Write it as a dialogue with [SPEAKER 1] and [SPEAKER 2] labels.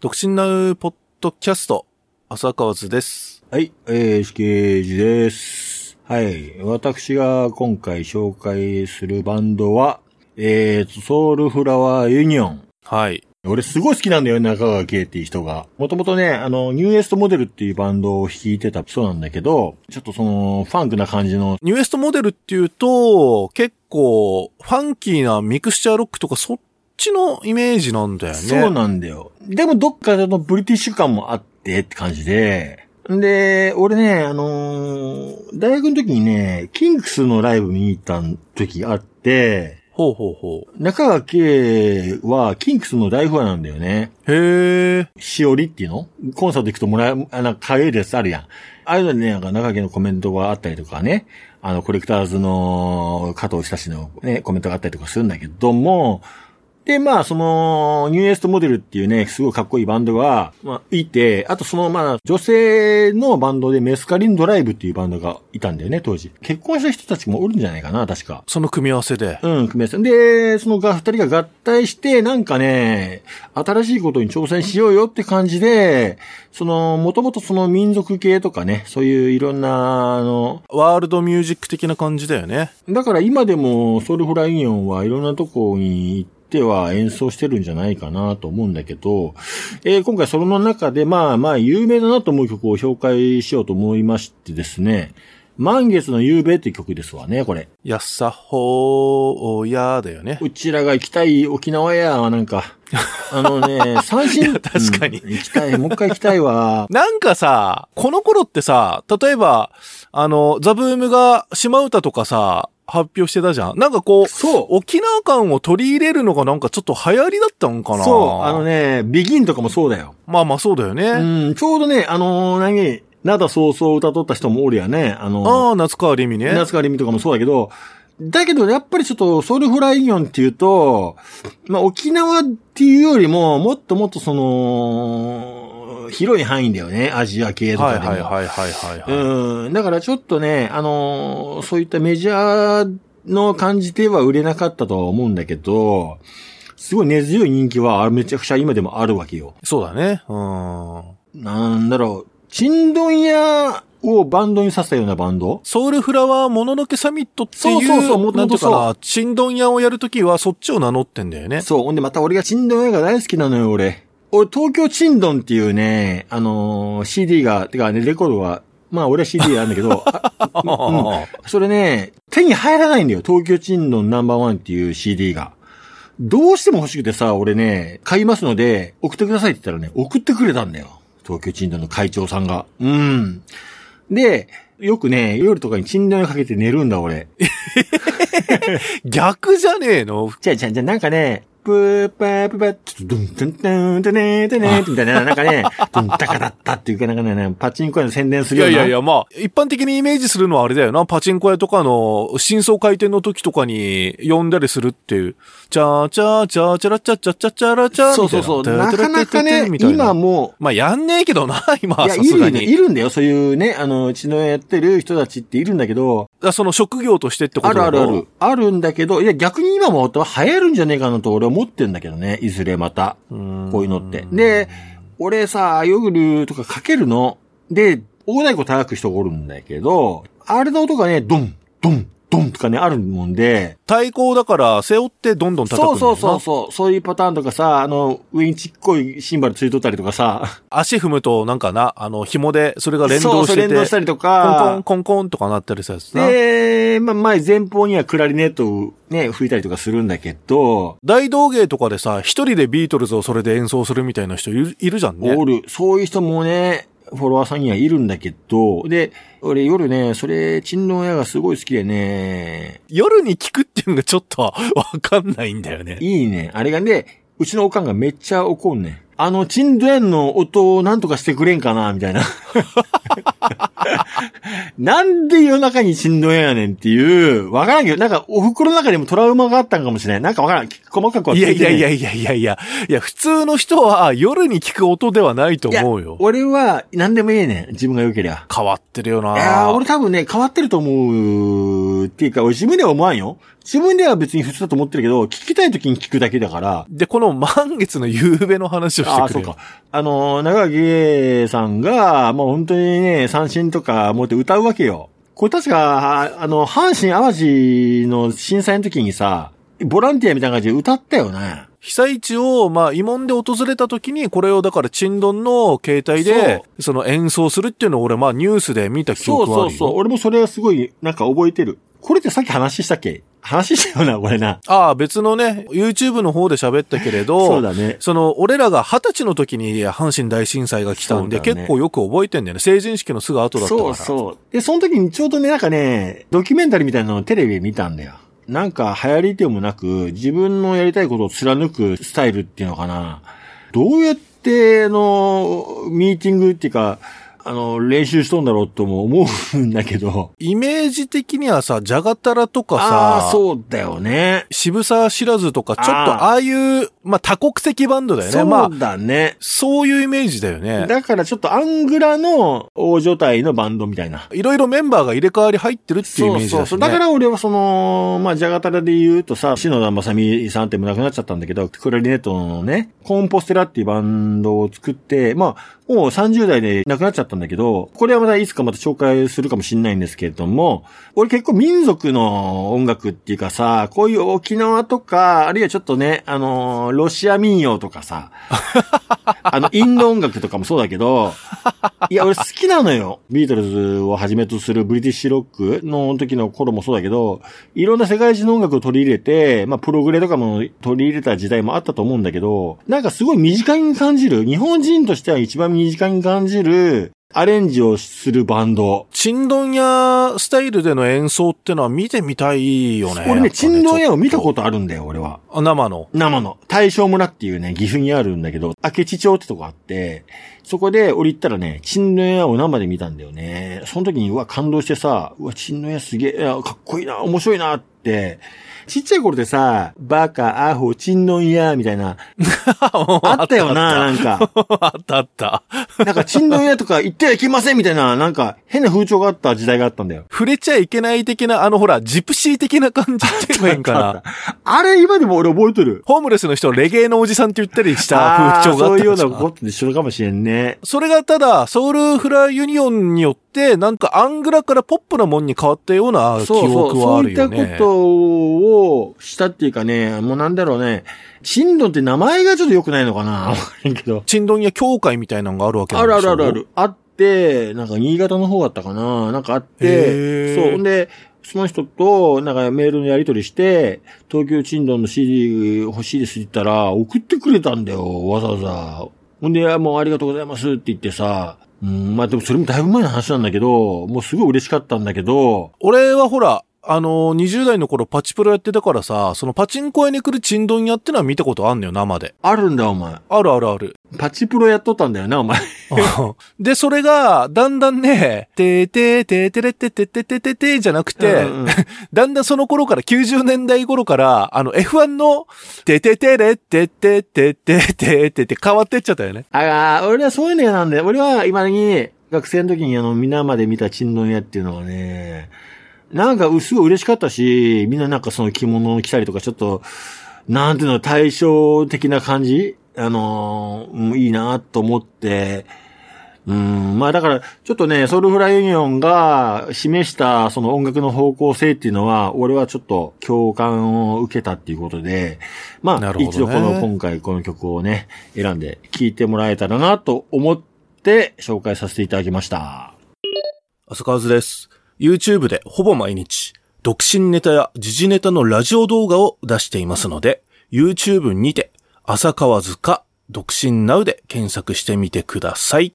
[SPEAKER 1] 独身なうポッドキャスト、浅川図です。
[SPEAKER 2] はい、えー、スケージです。はい、私が今回紹介するバンドは、えーと、ソウルフラワーユニオン。
[SPEAKER 1] はい。
[SPEAKER 2] 俺すごい好きなんだよ、中川圭っていう人が。もともとね、あの、ニューエストモデルっていうバンドを弾いてた人なんだけど、ちょっとその、ファンクな感じの、
[SPEAKER 1] ニューエストモデルっていうと、結構、ファンキーなミクスチャーロックとかそっちのイメージなんだよね。
[SPEAKER 2] そうなんだよ。でもどっかのブリティッシュ感もあってって感じで、で、俺ね、あのー大学の時にね、キンクスのライブ見に行った時あって、
[SPEAKER 1] ほうほうほ
[SPEAKER 2] 中川圭は、キンクスの大ファンなんだよね。
[SPEAKER 1] う。へえ。
[SPEAKER 2] しおりっていうのコンサート行くともらえ、あの、買えるやつあるやん。ああいうのにね、なんか中川圭のコメントがあったりとかね、あの、コレクターズの加藤久志のね、コメントがあったりとかするんだけども、で、まあ、その、ニューエストモデルっていうね、すごいかっこいいバンドが、まあ、いて、あとその、まあ、女性のバンドでメスカリンドライブっていうバンドがいたんだよね、当時。結婚した人たちもおるんじゃないかな、確か。
[SPEAKER 1] その組み合わせで。
[SPEAKER 2] うん、組み合わせ。で、そのが、二人が合体して、なんかね、新しいことに挑戦しようよって感じで、その、もともとその民族系とかね、そういういろんな、あの、
[SPEAKER 1] ワールドミュージック的な感じだよね。
[SPEAKER 2] だから今でもソウルフライオンはいろんなとこに行っては演奏してるんじゃないかなと思うんだけど、えー今回その中でまあまあ有名だなと思う曲を紹介しようと思いましてですね、満月の夕べっていう曲ですわね、これ。
[SPEAKER 1] やっさほーやーだよね。
[SPEAKER 2] うちらが行きたい沖縄や、な んか。あのね、三振。
[SPEAKER 1] 確かに
[SPEAKER 2] うん行きたい、もう一回行きた いわ。
[SPEAKER 1] なんかさ、この頃ってさ、例えば、あの、ザブームが島唄とかさ、発表してたじゃん。なんかこう、
[SPEAKER 2] そ
[SPEAKER 1] 沖縄感を取り入れるのがなんかちょっと流行りだったんかな
[SPEAKER 2] そう、あの。ね、ビギンとかもそうだよ。
[SPEAKER 1] まあまあそうだよね。
[SPEAKER 2] うん、ちょうどね、あのー何、なだそうそう歌っとった人もおるやね。あ
[SPEAKER 1] あ
[SPEAKER 2] の
[SPEAKER 1] あ、夏川りみね。
[SPEAKER 2] ー、夏川りみとかもそうだけど、だけど、やっぱりちょっと、ソウルフライオンっていうと、まあ、沖縄っていうよりも、もっともっとその、広い範囲だよね。アジア系と
[SPEAKER 1] は
[SPEAKER 2] か
[SPEAKER 1] い
[SPEAKER 2] でも。
[SPEAKER 1] はいはいはいはい、はい
[SPEAKER 2] うん。だからちょっとね、あのーそういったメジャーの感じでは売れなかったとは思うんだけど、すごい根強い人気はあめちゃくちゃ今でもあるわけよ。
[SPEAKER 1] そうだね。うん。
[SPEAKER 2] なんだろう、チンドン屋をバンドにさせたようなバンド
[SPEAKER 1] ソウルフラワーもののけサミットっていう、
[SPEAKER 2] そうそうそうもと
[SPEAKER 1] な
[SPEAKER 2] も
[SPEAKER 1] んてい
[SPEAKER 2] と
[SPEAKER 1] うか
[SPEAKER 2] そう
[SPEAKER 1] な、チンドン屋をやるときはそっちを名乗ってんだよね。
[SPEAKER 2] そう。ほんでまた俺がチンドン屋が大好きなのよ、俺。俺、東京チンドンっていうね、あのー CD が、てかね、レコードが、まあ俺は CD なんだ けど、あ
[SPEAKER 1] あ
[SPEAKER 2] それね、手に入らないんだよ。東京チンドンナンバーワンっていう CD が。どうしても欲しくてさ、俺ね、買いますので、送ってくださいって言ったらね、送ってくれたんだよ。東京チンドンの会長さんが。うん。で、よくね、夜とかにチンドンかけて寝るんだ、俺。
[SPEAKER 1] 逆じゃねえの
[SPEAKER 2] じゃあ、じゃあ、じゃあ、なんかね、プーパープーパー、ちょっとドゥン、ドゥン、ドゥン、ドゥネー、ドゥネー、みたいな、なんかね、ドゥン、ダカだったっていうか、なんかね、パチンコ屋の宣伝す
[SPEAKER 1] い
[SPEAKER 2] るよ
[SPEAKER 1] や
[SPEAKER 2] う
[SPEAKER 1] い
[SPEAKER 2] な。
[SPEAKER 1] やいや、まあ、一般的にイメージするのはあれだよな。パチンコ屋とかの、真相回転の時とかに呼んだりするっていう。チャーチャーチャーチャラチャチャチャチャラチャ
[SPEAKER 2] そうそうそう。
[SPEAKER 1] みたい
[SPEAKER 2] なかなかね、
[SPEAKER 1] みたいな
[SPEAKER 2] 今もう、
[SPEAKER 1] まあ、やんねえけどな、今
[SPEAKER 2] い
[SPEAKER 1] は
[SPEAKER 2] や、
[SPEAKER 1] さ
[SPEAKER 2] い
[SPEAKER 1] すが
[SPEAKER 2] るね、い
[SPEAKER 1] に。
[SPEAKER 2] るんだよ。そういうね、あの、うちのやってる人たちっているんだけど、
[SPEAKER 1] あその職業としてってこ
[SPEAKER 2] あ
[SPEAKER 1] と
[SPEAKER 2] る
[SPEAKER 1] だ
[SPEAKER 2] あ
[SPEAKER 1] ろ
[SPEAKER 2] るある。。あるんだけど、いや、逆に今も流行るんじゃねえかなと俺は思ってんだけどね。いずれまた。こ
[SPEAKER 1] こ
[SPEAKER 2] ういうのって。で、俺さ、ヨグルとかかけるの。で、大太鼓叩く人がおるんだけど、あれの音がね、ドン、ドン、ドンとかね、あるもんで、
[SPEAKER 1] 対抗だから、背負ってどんどん叩くんだ
[SPEAKER 2] そ
[SPEAKER 1] よ
[SPEAKER 2] う
[SPEAKER 1] な
[SPEAKER 2] そうそう、そうそういうパターンとかさ、あの、上にちっこいシンバルついとったりとかさ、
[SPEAKER 1] 足踏むと、なんかな、あの、紐で、それが連動
[SPEAKER 2] そう
[SPEAKER 1] し
[SPEAKER 2] そう
[SPEAKER 1] て、
[SPEAKER 2] 連動してたりと
[SPEAKER 1] コンコ
[SPEAKER 2] か、
[SPEAKER 1] ン、コンコンとかなったりするやつな。
[SPEAKER 2] で、まあ、前、前方にはクラリネットをね、吹いたりとかするんだけど、
[SPEAKER 1] 大道芸とかでさ、一人でビートルズをそれで演奏するみたいな人いるいるじゃんね。
[SPEAKER 2] おる、そういう人もね、フォロワーさんにはいるんだけど、で、俺夜ね、それ、チンロン屋がすごい好きでね、
[SPEAKER 1] 夜に聞くっていうのがちょっと わかんないんだよね。
[SPEAKER 2] いいね。あれがね、うちのおかんがめっちゃ怒んねん。あの、チンドエンの音をなんとかしてくれんかな、みた いな。なんで夜中にチンドエンやねんっていう、わからんけど、なんかお袋の中でもトラウマがあったんかもしれない。なんかわからん。細かくはい聞
[SPEAKER 1] や
[SPEAKER 2] て
[SPEAKER 1] いやいやいやいやいや、いや、普通の人は夜に聞く音ではないと思うよ。
[SPEAKER 2] 俺は何でもいいねん。自分が良けりゃ。
[SPEAKER 1] 変わってるよな。
[SPEAKER 2] いやー俺多分ね、変わってると思う曲っていうか、俺自分では思わんよ。自分では別に普通だと思ってるけど、聞きたい時に聞くだけだから、
[SPEAKER 1] で、この満月の夕べの話をしてくれ
[SPEAKER 2] ああ、そうか。。あの、長木さんが、もう本当にね、三振とか持って歌うわけよ。これ確か、ああの、阪神淡路の震災の時にさ、ボランティアみたいな感じで歌ったよね。
[SPEAKER 1] 被災地を、まあ、慰問で訪れた時に、これをだから、チンドンの携帯で、その演奏するっていうのを俺、まあ、ニュースで見た記
[SPEAKER 2] そう
[SPEAKER 1] 憶はある
[SPEAKER 2] そ
[SPEAKER 1] よ。
[SPEAKER 2] うそう。俺もそれはすごい、なんか覚えてる。これってさっき話したっけ話したよな、これな。
[SPEAKER 1] ああ、別のね、YouTube の方で喋ったけれど、
[SPEAKER 2] そうだね。
[SPEAKER 1] その、俺らが二十歳の時に阪神大震災が来たんで、
[SPEAKER 2] そうだね
[SPEAKER 1] 結構よく覚えてんだよね。成人式のすぐ後だったから。
[SPEAKER 2] そうそう。で、その時にちょうどね、なんかね、ドキュメンタリーみたいなのをテレビで見たんだよ。なんか流行りでもなく、自分のやりたいことを貫くスタイルっていうのかな。どうやって、あの、ミーティングっていうか、あの、練習しとんだろうとも思うんだけど。
[SPEAKER 1] イメージ的にはさ、ジャガタラとか
[SPEAKER 2] ああー、
[SPEAKER 1] さ、
[SPEAKER 2] そうだよね。
[SPEAKER 1] 渋沢知らずとか、ちょっと
[SPEAKER 2] ああ
[SPEAKER 1] ああいう、まあ、多国籍バンドだよね。まあ
[SPEAKER 2] そ、うだね。
[SPEAKER 1] そういうイメージだよね。
[SPEAKER 2] だからちょっとアングラの大所帯のバンドみたいな。
[SPEAKER 1] いろいろメンバーが入れ替わり入ってるっていうイメージだし、ね、
[SPEAKER 2] そうそうそう。だから俺はその、まあ、ジャガタラで言うとさ、篠田正美さんってもう亡くなっちゃったんだけど、クラリネットのね、コンポステラっていうバンドを作って、まあ、もう30代で亡くなっちゃったんだけど、これはまたいつかまた紹介するかもしれないんですけれども、俺結構民族の音楽っていうかさ、こういう沖縄とか、あるいはちょっとね、あのーロシア民謡と かさ、あの、インド音楽とかもそうだけど、 いや、俺好きなのよ。ビートルズをはじめとするブリティッシュロックの時の頃もそうだけど、いろんな世界中の音楽を取り入れて、まあ、プログレとかも取り入れた時代もあったと思うんだけど、なんかすごい身近に感じる、日本人としては一番身近に感じる、アレンジをするバンド。
[SPEAKER 1] チンドン屋スタイルでの演奏ってのは見てみたいよね。
[SPEAKER 2] 俺ね、チンドン屋を見た
[SPEAKER 1] と。
[SPEAKER 2] ことあるんだよ、俺は。
[SPEAKER 1] あ生の。
[SPEAKER 2] 生の、大正村っていうね、岐阜にあるんだけど、明智町ってとこあって、そこで俺行ったらね、チンドン屋を生で見たんだよね。その時に、うわ、感動してさ、うわ、チンドン屋すげえ、いやかっこいいな、面白いなって、ちっちゃい頃でさ、バカ、アホ、チンドン屋、みた いな、あったよな、なんか。
[SPEAKER 1] あったあった。
[SPEAKER 2] なんか、チンドン屋とか行ってはいけません、みたいな、なんか、変な風潮があった時代があったんだよ。
[SPEAKER 1] 触れちゃいけない的な、あのほら、ジプシー的な感じって言えばいいんか
[SPEAKER 2] あ
[SPEAKER 1] な
[SPEAKER 2] っ。たあれ、今でも俺覚えてる。
[SPEAKER 1] ホームレスの人をレゲエのおじさんって言ったりした
[SPEAKER 2] あー
[SPEAKER 1] 風潮があ
[SPEAKER 2] そ
[SPEAKER 1] っ
[SPEAKER 2] う
[SPEAKER 1] た
[SPEAKER 2] いう
[SPEAKER 1] じゃ
[SPEAKER 2] よ
[SPEAKER 1] ん
[SPEAKER 2] うなことで一緒かもしれんね。
[SPEAKER 1] それがただ、ソウルフラユニオンによって、なんかアングラからポップなもんに変わったような記
[SPEAKER 2] そうそう
[SPEAKER 1] 憶はあるよ
[SPEAKER 2] そういった
[SPEAKER 1] ね。
[SPEAKER 2] ことをしたっていうかね、もうなんだろうね。シンドンって名前がちょっと良くないのかなわかんないけど。
[SPEAKER 1] チンドン屋協会みたいなのが あるわけな
[SPEAKER 2] あ
[SPEAKER 1] んで
[SPEAKER 2] る
[SPEAKER 1] しょ
[SPEAKER 2] あるあるあ。る。あって、なんか新潟の方だったかななんかあっ
[SPEAKER 1] へー
[SPEAKER 2] て、そう。ほんで、その人と、なんかメールのやり取りして、東京チンドンの CD 欲しいですって言ったら、送ってくれたんだよ、わざわざ。ほんで、もうありがとうございますって言ってさ、うん、まあでもそれもだいぶ前の話なんだけど、もうすごい嬉しかったんだけど、
[SPEAKER 1] 俺はほら、あの、20代の頃パチプロやってたからさ、そのパチンコ屋に来るチンドン屋ってのは見たことあんのよ、生で。
[SPEAKER 2] あるんだお前。
[SPEAKER 1] あるあるある。
[SPEAKER 2] パチプロやっとったんだよな、お前。
[SPEAKER 1] で、それが、だんだんね、てーてーてーてれっててててててじゃなくて、
[SPEAKER 2] うんうん
[SPEAKER 1] だんだんその頃から、90年代頃から、あの F1 の、てててれっててててててて変わってっちゃったよね。
[SPEAKER 2] ああ、俺はそういうの嫌なんだよ。俺は今に、学生の時にあの、皆まで見たチンドン屋っていうのはね、なんか、すごい嬉しかったし、みんななんかその着物を着たりとか、ちょっと、なんていうの、対照的な感じあのーうんいいなと思って、うん、まあだから、ちょっとね、ソウルフライユニオンが示したその音楽の方向性っていうのは、俺はちょっと共感を受けたっていうことで、ま
[SPEAKER 1] な
[SPEAKER 2] あ、
[SPEAKER 1] るほ
[SPEAKER 2] 一
[SPEAKER 1] ど
[SPEAKER 2] 度
[SPEAKER 1] ね
[SPEAKER 2] この、今回この曲をね、選んで聴いてもらえたらなと思って紹介させていただきました。
[SPEAKER 1] 浅川津です。YouTube でほぼ毎日、独身ネタや時事ネタのラジオ動画を出していますので、YouTube にて、浅川津か、独身ナウで検索してみてください。